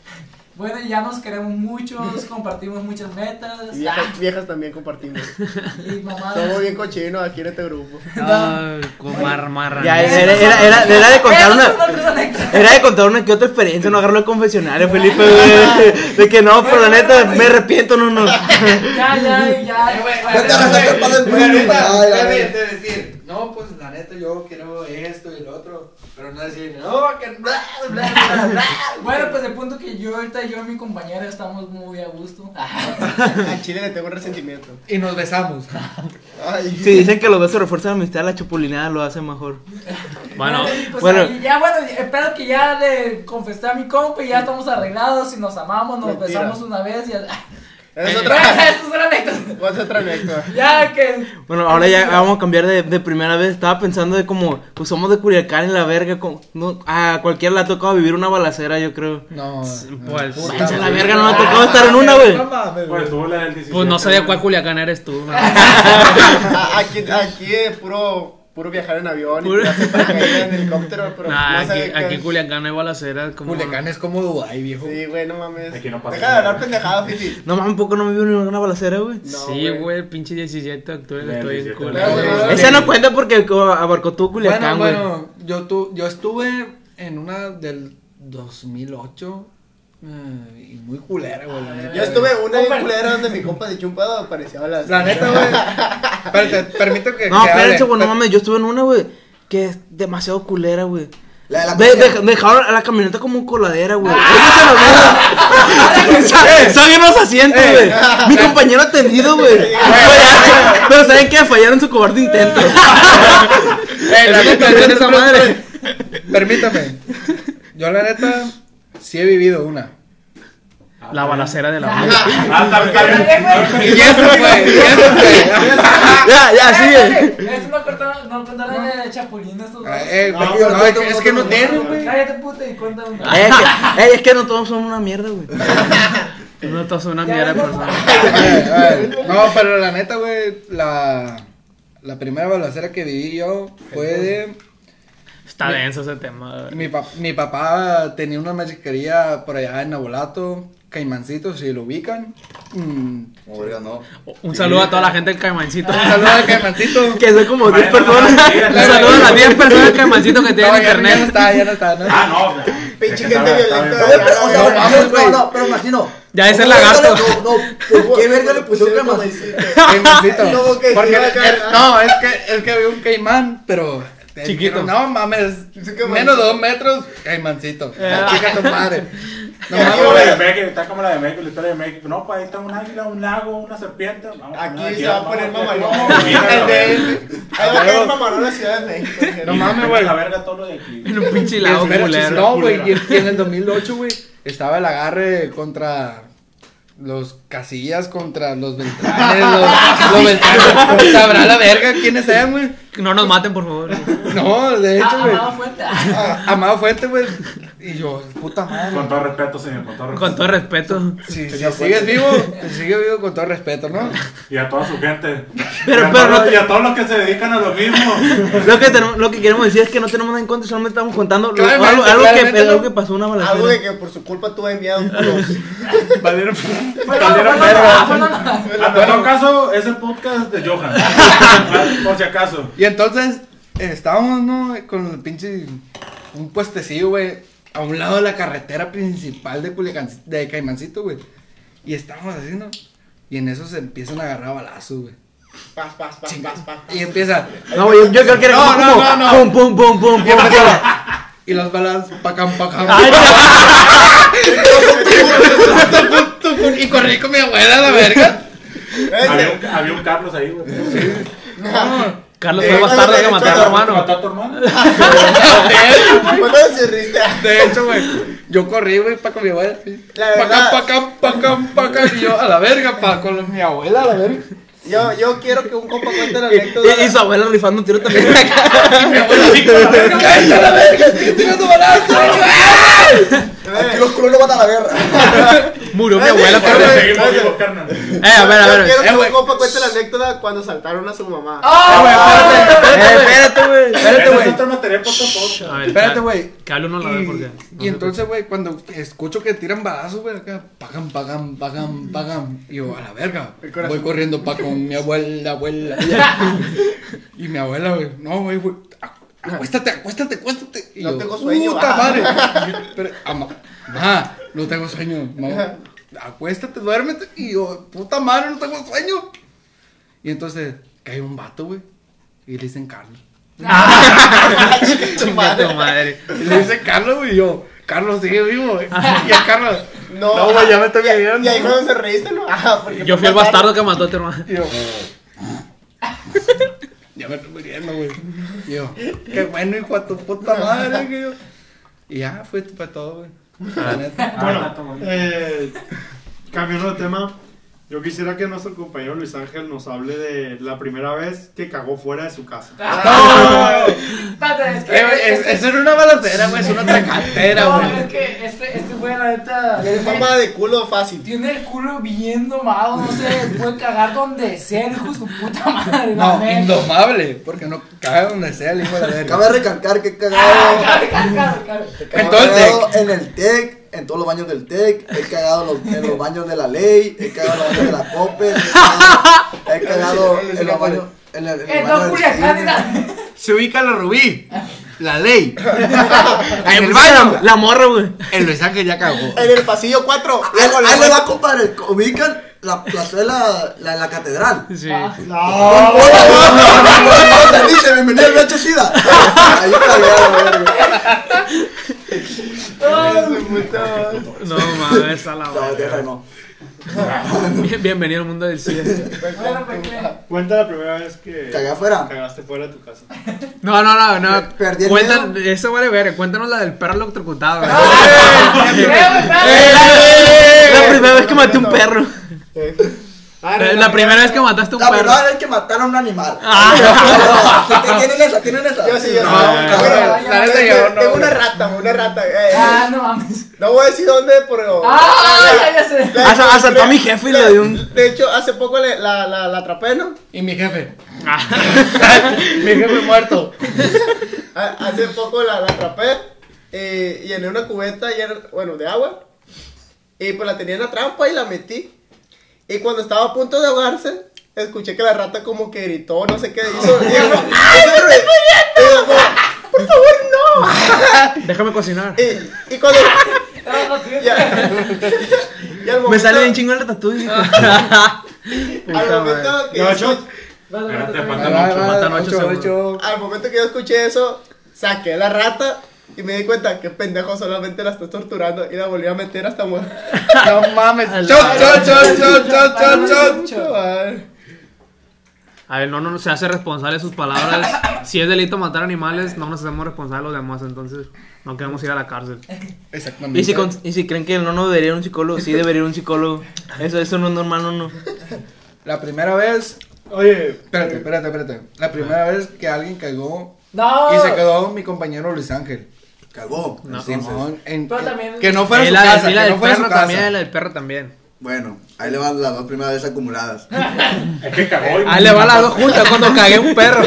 F: Bueno, ya nos queremos muchos, compartimos muchas metas.
E: Y viejas, viejas también compartimos.
F: Y mamadas.
E: Somos bien cochinos aquí en este grupo.
A: Ay, con marmarra.
C: Ya,
F: Esas
C: era- era-
F: son-
C: era- era de contar
F: esas
C: una-
F: son otras anécdotas.
C: Era de contar una que otra experiencia, no agarró el confesionario, Felipe, güey. De que no, pero la neta, me arrepiento, no, no.
F: Ya, ya,
C: Eh,
F: ya.
G: Ya te arrastraste el palo del
I: Bueno,
G: cuello. Ay, la
I: está bien,
G: verga.
I: te decir, no, pues la neta yo quiero esto y lo otro, pero no decir, no, que bla, bla, bla, bla.
F: Bueno, pues el punto que yo ahorita yo y mi compañera estamos muy a gusto.
E: Al chile le tengo un resentimiento.
B: Y nos besamos.
E: Ay.
C: Si dicen que los besos refuerzan la amistad, la chupulinada lo hace mejor.
A: Bueno,
F: Pues
C: bueno.
F: ahí, ya bueno, espero que ya le confesé a mi compa y ya estamos arreglados y nos amamos, nos
E: Mentira.
F: besamos una vez y ya.
E: Esa es
A: Eh.
E: otra.
F: Eso es una anécdota.
E: Esa es otra anécdota.
F: Ya que.
C: Bueno, ahora ya vamos a cambiar de, de primera vez. Estaba pensando de como, pues somos de Culiacán en la verga. Como, no, a cualquiera le ha tocado vivir una balacera, yo creo.
B: No.
A: pues,
C: Váyanse a la verga, no le ha tocado estar en una, güey.
D: Pues tuvo la del 17.
A: pues no sé de cuál
D: güey.
A: Culiacán eres tú. ¿no?
E: A- Aquí, aquí es puro, puro viajar en avión y
A: Puro-
E: tirarse para caer en helicóptero, pero
A: Nah,
E: no sé
A: aquí,
E: qué-
A: aquí en Culiacán no hay balaceras. Como...
B: Culiacán es como Dubai, viejo.
E: Sí, güey, no mames.
D: Aquí no pasa
E: Deja de hablar
D: nada.
E: pendejada, Fili.
C: No mames, poco no me vivió en una balacera, güey.
E: No,
A: sí, güey, el pinche 17 de octubre
D: Del
A: estoy en
D: 17
A: Culiacán.
D: de
E: octubre.
C: Esa no cuenta porque co- abarcó todo
B: Bueno,
C: Culiacán, güey.
B: bueno, yo, tu, yo estuve en una del 2008 eh, y muy culera, güey. la neta,
E: Yo estuve
B: güey.
E: una bien culera donde mi compa se chumpado aparecía a las.
B: La neta, güey. Espérate, permíteme que.
C: No,
B: que hable.
C: espérense, güey, no
B: Per-
C: mames, yo estuve en una, güey, que es demasiado culera, güey.
G: La de la
C: De-
G: comida.
C: de- dejaron a la camioneta como coladera, güey. Eso se lo
B: Ah.
C: veo. Sa- Salen los asientos, güey. Mi compañero tendido, güey. Güey, ah, Pero saben que fallaron su cobarde intento.
B: Eh, la neta,
C: Pero
B: la
C: esa
B: neta,
C: madre.
B: Permítame. Yo, la neta, sí he vivido una.
A: La balacera de la vida.
D: Ah, está bien, está bien.
B: Y eso fue, y eso fue.
C: Ya, ya, sigue.
F: Eso no cortaron, no contaron de Chapulín estos dos. Ah,
B: Eh,
G: No,
B: pero no, es
G: no,
B: que-
G: no,
B: es que no
G: no,
B: tengo, güey. Ah,
F: Cállate puta y cuenta uno.
C: Eh, es que- eh, es que no todos somos una mierda, güey.
A: No estás una
F: Ya,
A: mierda de
F: no.
A: persona.
B: Eh, eh, No, pero la neta, güey, la, la primera balacera que viví yo fue de...
A: Está denso ese tema. güey.
B: Mi, pap- mi papá tenía una machiquería por allá en Abolato Caimancito, si lo ubican. Mm,
G: Como verga, no.
A: Un saludo a toda la gente del Caimancito.
B: Un saludo al Caimancito.
C: Que son como 10 personas. Un saludo a las 10 personas que mancito que
B: No,
C: tienen
B: ya, ya no
C: internet.
B: está, ya no está. ¿no?
D: Ah, no.
E: Pinche
D: Es que
E: gente
D: está- está
E: violenta.
D: bien.
E: de-
G: No, no, no, no, no, pero imagino.
A: Ya es el
G: ¿Cómo verga
A: lagarto.
G: le- No, no, ¿por qué verga le pusieron camancito?
B: Caimancito.
E: No, que
B: Porque
E: iba a
B: el-
E: caer.
B: el- no, es que es que había un caimán, pero te
A: Chiquito.
B: dijeron, no mames, menos de dos metros, caimancito. Chica tu madre. No
D: Está como la de
B: mames.
D: México, está como la de México, la historia de México. No, pues ahí está un águila, un lago, una serpiente. Vamos,
E: Aquí
D: una
E: se
D: guerra,
E: va a poner
D: vamos,
E: mamalón.
D: vamos, mira,
E: El
D: la
E: de
D: verga.
E: Ahí va a caer mamarón la Ciudad de México. dije,
B: este. No
D: Y
B: mames,
D: meten
B: güey.
D: la verga todo lo de aquí.
A: En un pinche
B: Y
A: lago
B: espera,
A: culero.
B: No, güey, y y en el 2008, güey, estaba el agarre contra los Casillas, contra los Beltranes,
E: Ah,
B: los, los Beltranes. Pues, Sabrá la verga quiénes sean, güey.
A: No nos maten, por favor.
B: No, de
E: Ah,
B: hecho, güey.
F: Amado Fuente.
B: Ah, Amado Fuente, güey. Y yo, puta madre.
D: Con todo respeto, señor, con todo respeto.
A: Con todo respeto.
B: Si, si sigues vivo, si sigues vivo con todo respeto, ¿no?
D: Y a toda su gente.
A: Pero-
D: y, a
A: pero
D: todos,
A: no-
D: y a todos los que se dedican a lo mismo.
C: Lo que, tenemos- lo que queremos decir es que no tenemos nada en contra, solamente estamos contando lo-
B: Claramente,
C: algo, algo
B: claramente
C: que,
B: no.
C: algo que pasó una balacera.
E: Algo de que por su culpa tuve enviado un culo.
B: Valieron.
F: Fue no, fue no, fue no, no.
D: A todo caso, es el podcast de Johan. Por si acaso.
B: Y entonces, eh, estábamos, ¿no? Con el pinche. Un puestecillo, güey. A un lado de la carretera principal de Culiacán, de Caimancito, güey. Y estábamos así, ¿no? Y en eso se empiezan a agarrar balazos, güey.
E: Pas, pas, pas, pas, pas.
B: Y empieza.
C: No, güey, yo, yo creo que era
B: No,
C: como,
B: no,
C: como
B: no,
C: pum, pum, pum, pum,
B: Y
C: pum.
B: empezaba. Y las balas, pacam, pacam.
C: Ay, no.
B: Y corrí con mi abuela, la verga.
E: Este-
D: Había un, había un Carlos ahí, güey.
B: No.
A: Carlos
B: Eh,
A: fue más tarde que
E: eh,
A: matar a tu
E: Carlos,
A: hermano.
D: Mató a tu hermano.
E: ¿Cuándo pues, se riste?
B: De hecho, güey, yo corrí, güey, pa' con mi abuela. así.
E: La
B: Pa' acá,
E: verdad-
B: pa' acá, pa' acá, pa' acá. Y yo, a la verga, pa' con mi abuela, a la verga.
E: Yo, yo quiero que un compa cuente la anécdota.
C: Y, y su abuela rifando un tiro también.
B: Y mi abuela, así, a la verga, cállate, a la verga, estoy tirando balazos.
E: Ve,
G: Aquí los culos no van a la guerra.
A: Murió mi
E: Eh,
A: abuela,
E: eh,
A: pero.
E: eh,
D: Seguimos vivos, carnal.
E: Este,
A: Eh, a ver, a
E: yo
A: ver.
E: quiero que
B: eh, güey.
E: un compa cuente la anécdota cuando saltaron a su mamá.
C: Espérate, güey.
B: Espérate,
D: Ese Este es
B: güey.
D: otro material para otro podcast.
A: A ver,
B: Espérate,
A: que-
B: güey.
A: Que hable uno a la vez porque. no
B: Y, y
A: sé
B: entonces, güey, cuando escucho que tiran balazos, güey, acá, pagan, pagan, pagan, pagan. Y yo, a la verga, voy corriendo pa' con mi abuela, abuela. y mi abuela, güey, no, güey, güey, ac- acuéstate, acuéstate, acuéstate. Y
E: No
B: yo,
E: tengo sueño,
B: Puta
E: ah".
B: madre. Y yo, Pero, ama, ma, no tengo sueño, ma, acuéstate, duérmete. Y yo, puta madre, no tengo sueño. Y entonces, cae un vato, güey, y le dicen Carlos.
A: qué- Chinga tu madre.
B: Y le dice Carlos, güey, y yo, Carlos sigue vivo, güey. Y a Carlos, no, güey, ya me estoy
E: ah, Y
B: viendo.
E: ahí cuando se reíste, ¿no? Ah, porque
A: Yo
E: fue
A: fui el
E: más tarde.
A: bastardo que mató a tu hermano.
B: Y yo, ya me estoy muriendo, güey. Y yo, qué bueno, hijo de tu puta madre, que yo. Y ya, fue, fue todo, güey. La neta.
D: Bueno,
H: Eh, cambiando de tema, yo quisiera que nuestro compañero Luis Ángel nos hable de la primera vez que cagó fuera de su casa.
A: Ah,
F: Espérate, es
B: Eh, güey,
F: que.
B: es- Eso era una balacera, pues, güey, es una tracantera,
F: No,
B: güey.
F: es que este, este güey, la neta.
E: Le di forma de culo fácil.
F: Tiene el culo bien domado, no sé, puede cagar donde sea, el hijo de su puta madre, la
B: No,
F: neta.
B: indomable, porque no caga donde sea el hijo de la
G: Cabe
B: verga.
G: recalcar que he
F: Ah,
G: cagado.
F: cabe, cabe, cabe, cabe.
G: He
B: Entonces-
G: cagado en el TEC, en todos los baños del TEC, he cagado los- en los baños de la ley, he cagado en los baños de la COPE, he cagado en los baños. En el, en el
F: Eh,
G: baño
F: no,
G: del
F: Culiacán,
G: cine.
F: era-
B: Se ubica la rubí, la ley. En el
C: La,
B: baño,
C: la morra, güey.
B: el Luis Ángel ya cagó.
E: En el pasillo 4.
G: Ahí, ahí le va, compadre. Ubican la plazuela, la, la catedral.
A: Sí.
F: Ah.
G: Dice, bienvenido al Rancho Sida. Ahí cagado,
A: No mames, a la
G: No,
A: verga.
G: deja, no.
A: Bien- Bienvenido al mundo del cine.
F: Bueno, pues, ¿qué?
H: Cuenta la primera vez que
G: Cagué afuera.
H: cagaste fuera de tu casa.
A: No, no, no, no.
G: Perdí el
A: Cuentan,
G: miedo.
A: eso vale verga. Cuéntanos la del perro electrocutado. güey.
F: Eh, espérate.
B: eh,
C: La primera vez que maté un perro.
E: La,
A: La, la primera vez que mataste un
G: La
A: perro.
G: primera vez que mataron a un animal. ¿Tienen esa? ¿Tienen esa?
E: Yo sí, yo sí.
B: No, cabrón, eh,
E: Ah,
B: la neta yo no,
E: Tengo una
B: güey.
E: rata, una rata. eh,
F: Ah, no mames.
E: No voy a decir dónde, pero.
F: Ah, ya, ya sé.
E: La-
C: Asa- asaltó a mi jefe y le dio un-
E: De hecho, hace poco le- la, la, la atrapé, ¿no?
B: Y mi jefe.
A: Ah.
B: mi jefe muerto.
E: Ha- Hace poco la, la atrapé eh, y llené una cubeta llena, bueno, de agua. Y pues la tenía en la trampa y la metí. Y cuando estaba a punto de ahogarse, escuché que la rata como que gritó, no sé qué hizo. Y dijo, ¡Ay, me estoy muriendo! ¡Por favor,
A: Déjame cocinar.
E: no! Y, y cuando... ya, y al
C: Me
E: momento-
C: sale bien chingo el ratatouille.
E: Al
A: Puta
E: momento que yo
H: No,
E: escuché-
D: Espérate,
B: Ah,
D: faltan
B: va,
D: ocho.
B: va,
A: matan ocho
B: ocho,
A: seguro.
B: ocho.
E: Al momento que yo escuché eso, saqué la rata y me di cuenta que pendejo solamente la está torturando y la volví a meter hasta muerta.
B: No mames.
A: Al-
B: Chot, chot, chot, chot, chot, chot, chot.
A: A ver, no, no, no se hace responsable de sus palabras. si es delito matar animales, no nos hacemos responsables los demás, entonces no queremos ir a la cárcel.
B: Exactamente.
C: Y si, con- y si creen que no, no debería ir a un psicólogo, sí debería ir a un psicólogo. Eso, eso no es normal, no, Eh, no.
B: La primera vez.
H: Oye,
B: Espérate, espérate, espérate. La primera vez que alguien cagó
F: No.
B: y se quedó mi compañero Luis Ángel.
G: Cagó.
A: Ah. No.
G: entonces.
B: Simón, en-
F: Pero también-
B: que no fuera
A: Y
B: su
A: la, de-
B: casa,
A: y la
B: que
A: del
B: no fuera su
A: perro
B: casa.
A: también, y la del perro también.
G: Bueno, ahí le van las dos primeras veces acumuladas.
D: Es que cagó. y-
B: Ah,
A: Ahí Ah, le va las dos juntas cuando cagué un perro.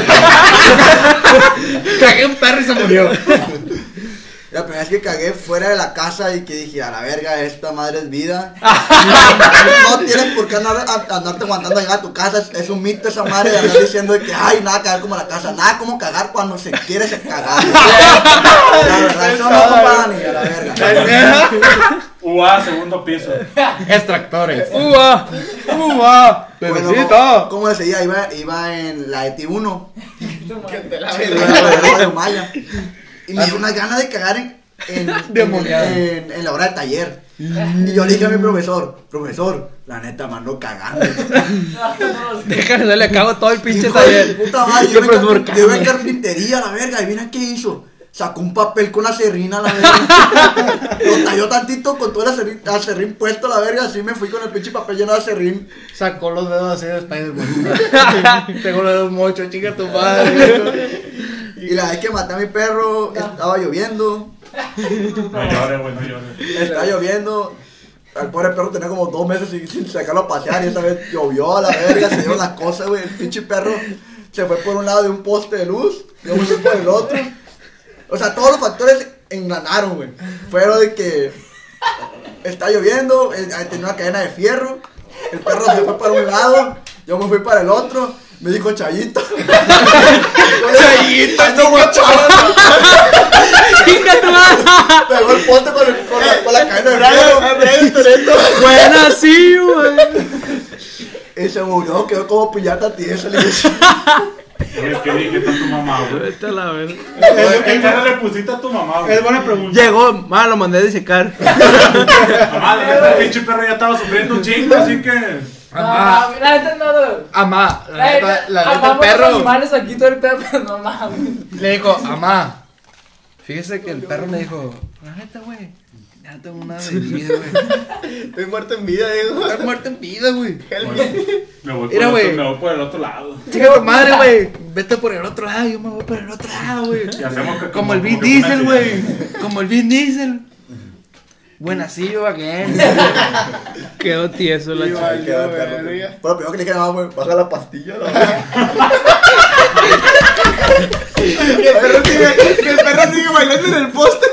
B: Cagué un perro y se murió.
G: La primera vez que cagué fuera de la casa y que dije, a la verga, esta madre es vida. no tienes por qué andar, a- andarte aguantando llegar a tu casa. Es, es un mito esa madre de andar diciendo de que, ay, nada, cagar como la casa. Nada como cagar cuando se quiere se cagar. la verdad, eso no compa, ni a la verga.
D: UA, segundo piso.
B: Extractores. Uva. Uva.
G: Bueno,
B: Bebecito.
G: ¿Cómo decía? Iba, iba en la E ETI 1.
E: Ay,
G: iba en la Guerrero de Maya. Y me dio una gana de cagar en, en, en,
B: Demoniado.
G: en- en la hora de taller. Y yo le dije a mi profesor, profesor, la neta, mando cagando.
A: Déjame, yo le cago todo el pinche
G: Hijo de
A: taller.
G: Puta madre,
A: Yo,
G: yo, iba en
A: profesor,
G: car- yo iba en carpintería, la verga, y mira qué hizo. Sacó un papel con acerrín a la verga. Lo talló tantito con todo el acerrín, acerrín puesto, la verga. Así me fui con el pinche papel lleno de acerrín.
B: Sacó los dedos así de Spider-Man. Tengo los dedos mochos, chica tu madre.
G: Y la vez que maté a mi perro,
A: Ah.
G: estaba lloviendo.
D: No llores, güey, no llores.
G: Estaba lloviendo. Al pobre perro tenía como dos meses sin, sin sacarlo a pasear y esa vez llovió a la verga, se dieron las cosas, güey. El pinche perro se fue por un lado de un poste de luz, yo me fui por el otro. O sea, todos los factores engranaron, güey. Fueron de que está lloviendo, eh, eh, tenía una cadena de fierro, el perro se fue para un lado, yo me fui para el otro, me dijo Chayito. Chayito, no
A: Chinga tu madre.
G: Pegó el poste con, el- con la, con la cadena de fierro.
A: Buena, sí, güey.
G: Y se murió, quedó como pillata tiesa. Le dije,
D: Oye, ¿Qué dije? Está tu mamá, güey.
A: Vete a la verga.
D: Oye, ¿Qué cara le pusiste a tu mamá, güey?
H: es buena pregunta.
C: Llegó, ma, lo mandé a disecar.
D: Mamá, la neta, el Ah, pinche perro ya estaba sufriendo un chingo, así que.
F: No, la neta no. no.
B: Amá, Ah, la neta, la neta, el
F: amamos los
B: perro
F: animales aquí todo el pedo, pero no mames.
B: le dijo, amá. Fíjese que el perro me dijo, la neta, güey, ya tengo una bebida, güey.
E: Estoy muerto en vida, digo.
B: Estás muerto en vida, güey.
D: Me
B: Mira,
D: voy, por el otro,
B: güey.
D: me voy por el otro lado.
B: Chica tu madre, güey. Vete por el otro lado, yo me voy por el otro lado, güey.
D: Y hacemos que-
B: Como el
D: como
B: Vin
D: que una
B: Diesel,
D: serie.
B: güey. Como el Vin Diesel. Buena, sí, yo again.
A: Quedó tieso la chica.
G: Ay, qué da perro.
E: verga.
G: Pero primero que le dije, "No, güey, baja la pastilla. la verga".
E: Que el perro sigue- que el perro sigue bailando en el poste.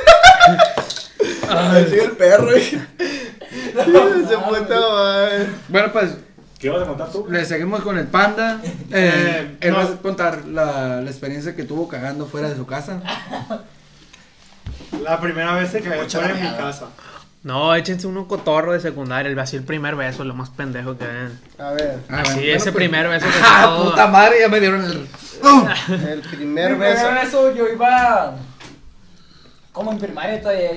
G: Ahí sigue el perro. y-
E: Se puta madre.
B: Bueno, pues
D: ¿Qué vas a contar tú?
B: le seguimos con el panda. Eh,
H: Eh,
B: él
H: no.
B: va a contar la, la experiencia que tuvo cagando fuera de su casa.
H: La primera vez que cagué fuera de mi casa.
A: No, échense un cotorro de secundaria. El así el primer beso, lo más pendejo que ven.
E: A ver,
B: Ah,
A: Así,
B: bueno,
A: ese
B: bueno, pues-
A: primer beso que
B: Ah,
A: todo-
B: puta madre, ya me dieron el.
E: el
F: Pero
E: primer beso.
B: eh,
F: eso yo iba. Como en primaria todavía.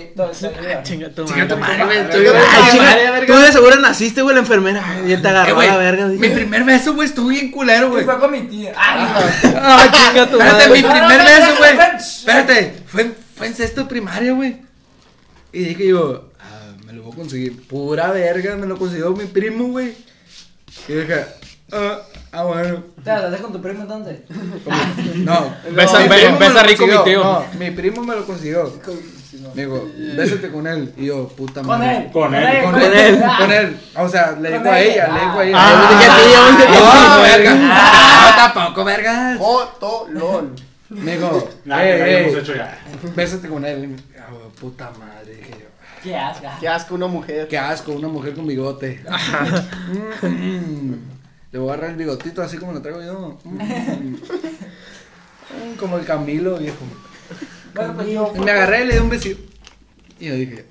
F: todavía iba.
A: Chinga tu
B: Chica tu
A: madre.
B: madre, güey.
A: Ay,
B: estuve-
A: chinga,
C: Tú de seguro naciste, güey, la enfermera. Ay, Ya te
B: Eh,
C: agarró
B: güey,
C: la verga.
B: Mi
C: dije.
B: primer beso, güey, estuvo bien culero,
F: Y
B: güey.
F: fue con mi tía. Ah,
A: Ah, chinga tu
B: Espérate, mi
A: madre.
F: No, no,
B: primer
F: no,
B: beso,
F: no,
B: güey.
F: no, no, no.
B: Espérate, fue, en- fue en sexto de primaria, güey. Y dije yo, ah, me lo voy a conseguir. Pura verga, me lo consiguió mi primo, güey. Y dije, ah, ah, bueno.
F: no. ¿Te hablaste con tu primo entonces? Ah.
B: No,
A: Besa-
B: mi
A: be-
B: primo me
A: besa
B: lo
A: rico mi
B: consiguió,
A: tío.
B: No, mi primo me lo consiguió. Me dijo, bésate con él. Y yo, puta
F: Con
B: madre.
F: él.
D: Con él,
B: Con
F: Con
B: él,
F: Ah.
B: con él. O sea, le
F: Con
B: digo a
F: él.
B: ella, le digo a ella.
A: Ah.
B: Yo dije,
C: Yo dije,
B: "Ah,
C: "Tío,
B: verga".
C: verga".
B: No, tampoco, verga.
E: Fotolón.
B: Me dijo, "Eh,
D: Nada,
B: "Ey,
D: que lo
B: ey".
D: habíamos hecho ya.
B: Bésate con él. Ah, güey, puta madre, dije yo.
F: Qué asca.
E: Qué asco una mujer.
B: Qué asco, una mujer con bigote. Mm. Le voy a agarrar el bigotito así como lo traigo yo. Mm. Mm, Como el Camilo, viejo.
F: Bueno, pues yo.
B: Y Me agarré y le di un besito. Y yo dije,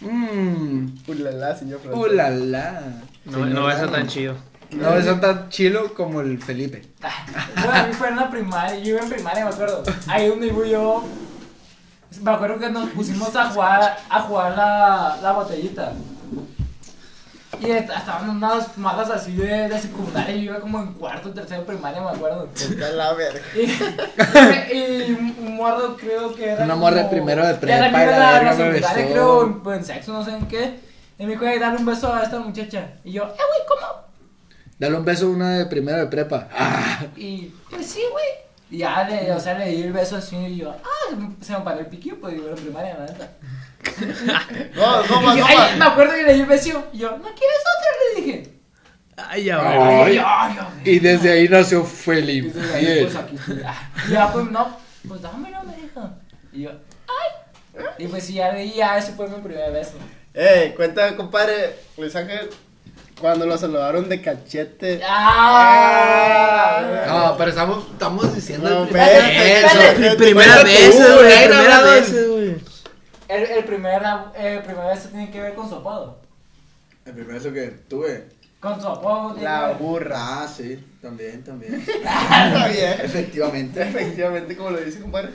B: mmm,
E: Ulala, señor Francisco.
B: ulala.
A: No, no va a ser tan chido.
B: No, eso tan chilo como el Felipe.
F: Bueno, a mí fue en la primaria, yo iba en primaria, me acuerdo. Ahí donde iba yo, me acuerdo que nos pusimos a jugar, a jugar la, la botellita. Y est- estaban unas malas así de, de secundaria, yo iba como en cuarto, tercero primaria, me acuerdo.
E: Está la verga.
F: Y, y un- un morro creo que era.
B: Una morra
F: como-
B: primero de
F: ya
B: prepa,
F: también
B: y la
F: era la,
B: verga me
F: secundaria,
B: besó.
F: creo, en, en sexo, no sé en qué. Y me dijo, "Ey, dale un beso a esta muchacha. Y yo, eh, güey, ¿cómo?
B: Dale un beso a una de primero de prepa. Ah,
F: Y pues sí, güey. Y ya le, o sea, le di el beso así y yo, ah, se me- se me paró el piquillo, pues digo, en primaria, la neta.
E: No, no, más,
F: Y yo,
E: no,
F: ay,
E: más.
F: me acuerdo que le di el beso y yo, ¿no quieres otro? Le dije.
A: Ay, ya
B: Ay.
A: valió.
F: Y yo, ay, ay,
B: y desde ahí nació
F: Y
B: Felipe.
F: entonces ahí, pues aquí estoy. Ah, y ya, pues no, pues dámelo, me dijo. Y yo, ay. Y pues sí, ya, y ya, ese fue mi primer beso.
E: Eh, cuenta, compadre, Luis Ángel, cuando lo saludaron de cachete.
F: Ah.
B: No, pero estamos, estamos diciendo
E: No,
B: el primer
E: espérate,
B: beso.
E: espérate.
B: El
C: Primera
B: Cuéntate
C: vez,
B: tú,
C: güey.
B: ahí
C: Primera
B: grabado.
C: vez, güey.
F: El, el primer, el primer beso tiene que ver con su apodo.
G: El primer beso que tuve.
F: Con su apodo. tiene
E: La
F: que ver.
E: burra.
G: Ah, sí, también, también.
E: Está bien.
G: Efectivamente.
E: Efectivamente, como lo dice, compadre.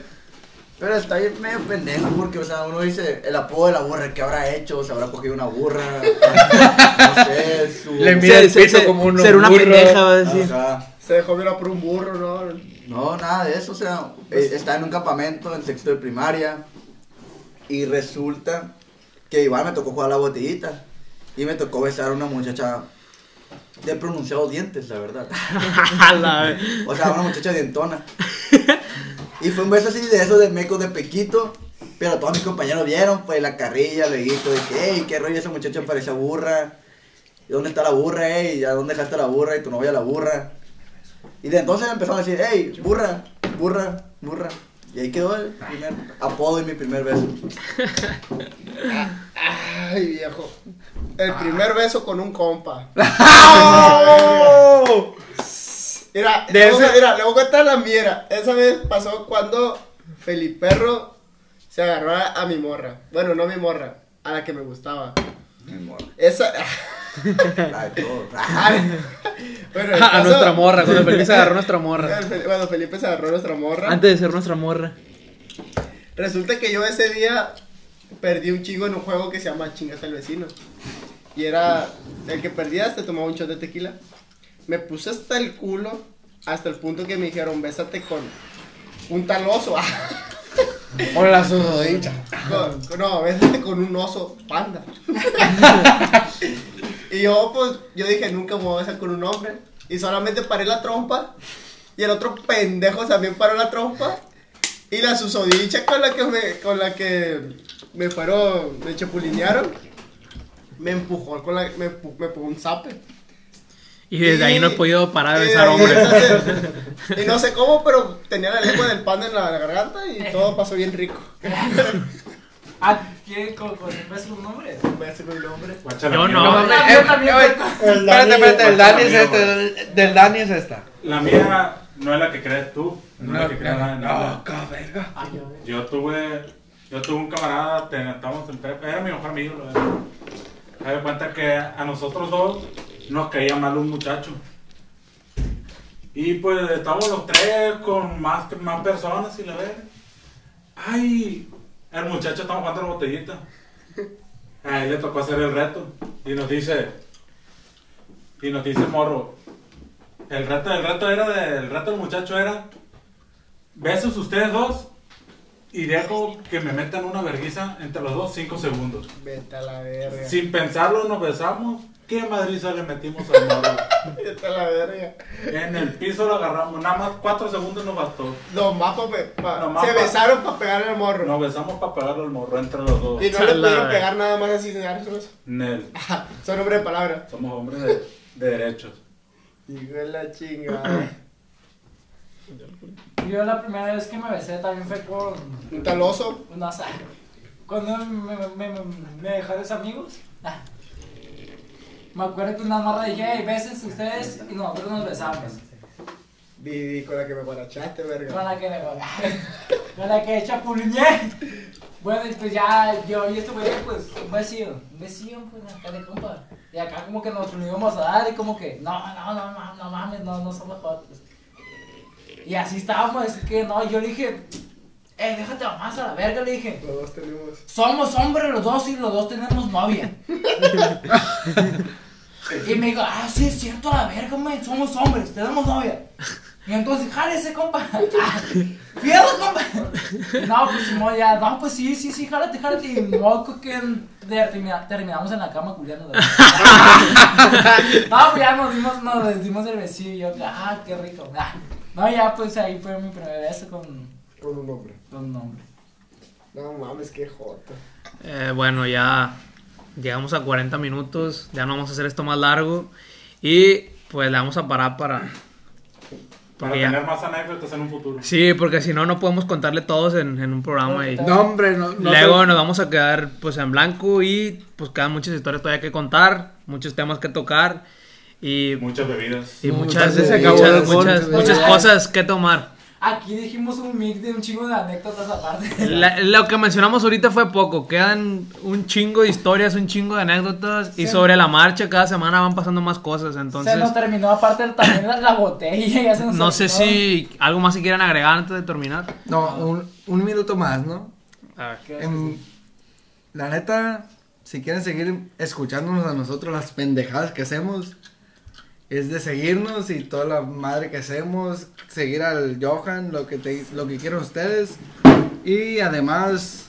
G: Pero está bien medio pendejo porque, o sea, uno dice el apodo de la burra, ¿qué habrá hecho? ¿Se habrá cogido una burra? No sé, su.
B: Le mide
C: Ser,
B: el
C: ser,
B: pito
C: ser,
B: como un
C: ser una
B: burro.
C: pendeja, va a
G: O
C: decir.
G: sea,
E: Se dejó violar por un burro, ¿no?
G: no, nada de eso, o sea, eh, está en un campamento en sexto de primaria y resulta que igual me tocó jugar a la botellita y me tocó besar a una muchacha de pronunciados dientes, la verdad.
C: La-
G: O sea, una muchacha dientona. Y fue un beso así de esos de mecos de pequito. Pero todos mis compañeros vieron, pues, la carrilla, leguito, de que, hey, qué rollo esa muchacha parece burra. ¿Y dónde está la burra, hey? ¿A dónde dejaste la burra? Y tu novia la burra. Y de entonces empezaron a decir, hey, burra, burra, burra. Y ahí quedó el primer apodo y mi primer beso.
E: Ay, viejo.
A: Ah.
E: El primer beso con un compa.
A: ¡Oh!
E: Mira,
B: De
E: luego-
B: ese-
E: mira, le voy a contar la mierda. Esa vez pasó cuando Feliperro se agarró a, a mi morra. Bueno, no a mi morra, a la que me gustaba.
G: Mi amor.
E: Esa.
G: Ay, todo. Ah,
E: Ay. bueno, el
A: A
E: caso-
A: nuestra morra, cuando Felipe se agarró a nuestra morra.
E: el Fel- Cuando Felipe se agarró a nuestra morra.
C: Antes de ser nuestra morra.
E: Resulta que yo ese día perdí un chingo en un juego que se llama Chingate al vecino. Y era el que perdías te tomaba un shot de tequila. Me puse hasta el culo, hasta el punto que me dijeron, bésate con un tal oso.
B: Hola, susodicha.
E: Con- con- no, bésate con un oso panda. y yo, pues, yo dije, nunca me voy a besar con un hombre. Y solamente paré la trompa. Y el otro pendejo también paró la trompa. Y la susodicha con la que me, con la que me fueron, me chapulinearon, me empujó con la, me, empu- me pegó un zape.
A: Y desde ahí no he podido parar de
E: y
A: besar
E: ahí,
A: hombres.
E: entonces, y no sé cómo, pero tenía la lengua del panda en la, la garganta y todo pasó bien rico.
F: Ah, ¿quiere con, con un beso un nombre?
E: Un beso con el hombre.
A: Yo
D: Guacha, la mía-
A: no.
F: No,
B: Eh,
F: yo también
B: eh,
F: fue con-
H: El
B: Espérate,
H: Dani-
B: espérate, el Dani es
D: Guacha,
B: este,
D: la mía,
B: del- del Dani es esta.
D: La mía no es la que crees tú, no, es la que crees
B: no,
D: nada.
B: no, ca- verga.
F: Ay, yo-
D: Yo tuve, yo tuve un camarada, te- estábamos en prepa, era mi mejor amigo, la verdad. Me doy cuenta que a nosotros dos nos caía mal un muchacho. Y pues estábamos los tres con más, más personas y la verdad. Ay, el muchacho estaba jugando a la botellita. A él le tocó hacer el reto. Y nos dice, y nos dice morro. El reto, el reto era de- el reto del muchacho era besos ustedes dos y dejo que me metan una verguiza entre los dos 5 segundos.
E: Vete a la verga.
D: Sin pensarlo nos besamos. ¿Qué madriza le metimos al morro?
E: Vete a la verga.
D: En el piso lo agarramos. Nada más 4 segundos nos bastó.
E: Los mapas me- pa-
D: Nomás
E: se
D: pa-
E: besaron para pegarle al morro.
D: Nos besamos para pagarlo al morro entre los dos.
E: Y no
A: A
E: le
A: la
E: pudieron
A: verga.
E: pegar nada más así sin darse beso.
D: Nel,
E: Son hombres de palabra.
D: somos hombres de, de derechos.
E: Hijo de la chingada.
F: Yo la primera vez que me besé también fue con
E: Un taloso.
F: una sa- cuando me, me, me, me dejaron los amigos, ah, me acuerdo que una morra dije, hey, besen ustedes y nosotros nos besamos.
E: Viví con la que me guarachaste,
F: Con
E: verga.
F: la que me con la que chapulineé. Bueno, y pues ya, yo y este güey, pues, un besillo, un besillo, pues, acá de compa. Y acá como que nos lo íbamos a dar y como que, no, no, no, no, no mames, no, no somos jotos. Y así estábamos, así que no, yo le dije, eh, déjate más a la verga, le dije.
E: Los dos tenemos.
F: Somos hombres los dos y los dos tenemos novia. y me dijo, ah, sí, es cierto, a la verga, güey, somos hombres, tenemos novia. Y entonces, jálese, compa. Ah, Fierro, compa. No, pues Simón, ya, no, pues sí, sí, sí, jálate, jálate. Y moco que termina- terminamos en la cama culiando. de- no, pues ya nos dimos, nos les dimos el besillo y yo, ah, qué rico. Ah, No, ya, pues ahí fue mi primer beso con,
E: Con un hombre.
F: con un hombre.
E: No mames, qué jota.
A: Eh, bueno, ya llegamos a 40 minutos. Ya no vamos a hacer esto más largo. Y pues le vamos a parar para.
D: Para
A: porque ya-
D: tener más anécdotas en un futuro.
A: Sí, porque si no, no podemos contarle todos en, en un programa. Y...
B: No, hombre, no. no
A: Luego
B: te-
A: nos vamos a quedar pues en blanco y pues quedan muchas historias todavía que contar, muchos temas que tocar y,
D: Muchas bebidas.
A: y
B: No,
A: muchas,
B: entonces se
A: muchas,
B: acabó el gol,
A: muchas-
B: se
A: muchas
F: acabó.
A: cosas que tomar.
F: Aquí dijimos un mix de un chingo de anécdotas aparte.
A: La- lo que mencionamos ahorita fue poco, quedan un chingo de historias, un chingo de anécdotas y
F: Sí.
A: sobre la marcha cada semana van pasando más cosas,
F: se
A: entonces
F: nos terminó aparte también la, la botella. Ya se nos
A: no sé
F: terminó.
A: si algo más que quieran agregar antes de terminar.
B: No, un, un minuto más, ¿no?
A: A ver.
F: ¿Qué?
B: Em, la neta, si quieren seguir escuchándonos a nosotros las pendejadas que hacemos, es de seguirnos y toda la madre que hacemos, seguir al Johan, lo que, te, lo que quieran ustedes. Y además,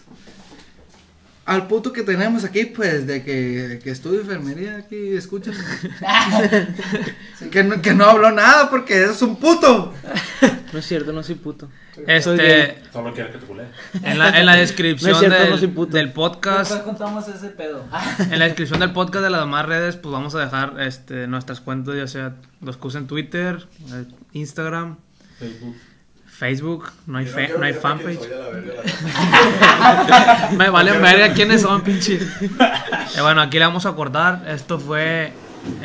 B: al puto que tenemos aquí, pues, de que, que estudia enfermería aquí, escuchen. que, no, que no habló nada porque es un puto.
C: No es cierto, no soy puto. Soy
A: Este,
C: gay.
D: Solo quiero que te culé.
A: en la, en la descripción
C: No es cierto,
A: del-
C: no soy puto.
A: del podcast
F: Después contamos ese pedo. Ah,
A: En la descripción del podcast de las demás redes, pues vamos a dejar este, nuestras cuentas, ya sea los que en Twitter, eh, Instagram,
D: Facebook.
A: Facebook, no hay,
G: Yo
A: fe-
G: quiero
A: no hay
G: que sepan quién
A: fanpage.
G: soy, a la verga, la neta.
A: Me valen verga quiénes son, pinche. Eh, bueno, aquí le vamos a acordar. Esto fue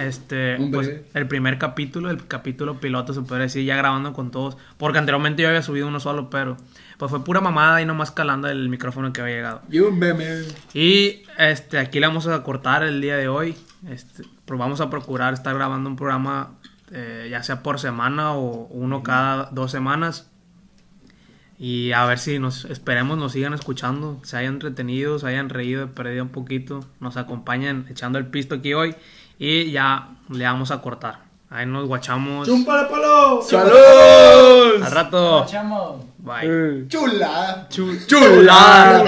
A: este
B: Un
A: pues,
B: bebé.
A: el primer capítulo, el capítulo piloto, se puede decir, ya grabando con todos. Porque anteriormente yo había subido uno solo, pero pues fue pura mamada y nomás calando el micrófono que había llegado.
B: Y un meme.
A: Y este, aquí la vamos a cortar el día de hoy. Este, pro- vamos a procurar estar grabando un programa eh, ya sea por semana o uno cada dos semanas. Y a ver si nos esperemos nos sigan escuchando, se hayan entretenido, se hayan reído, perdido un poquito, nos acompañen echando el pisto aquí hoy y ya le vamos a cortar. Ahí nos guachamos.
B: ¡Salud!
A: Al rato.
F: chamo.
A: Bye.
E: Chulada.
A: Chula.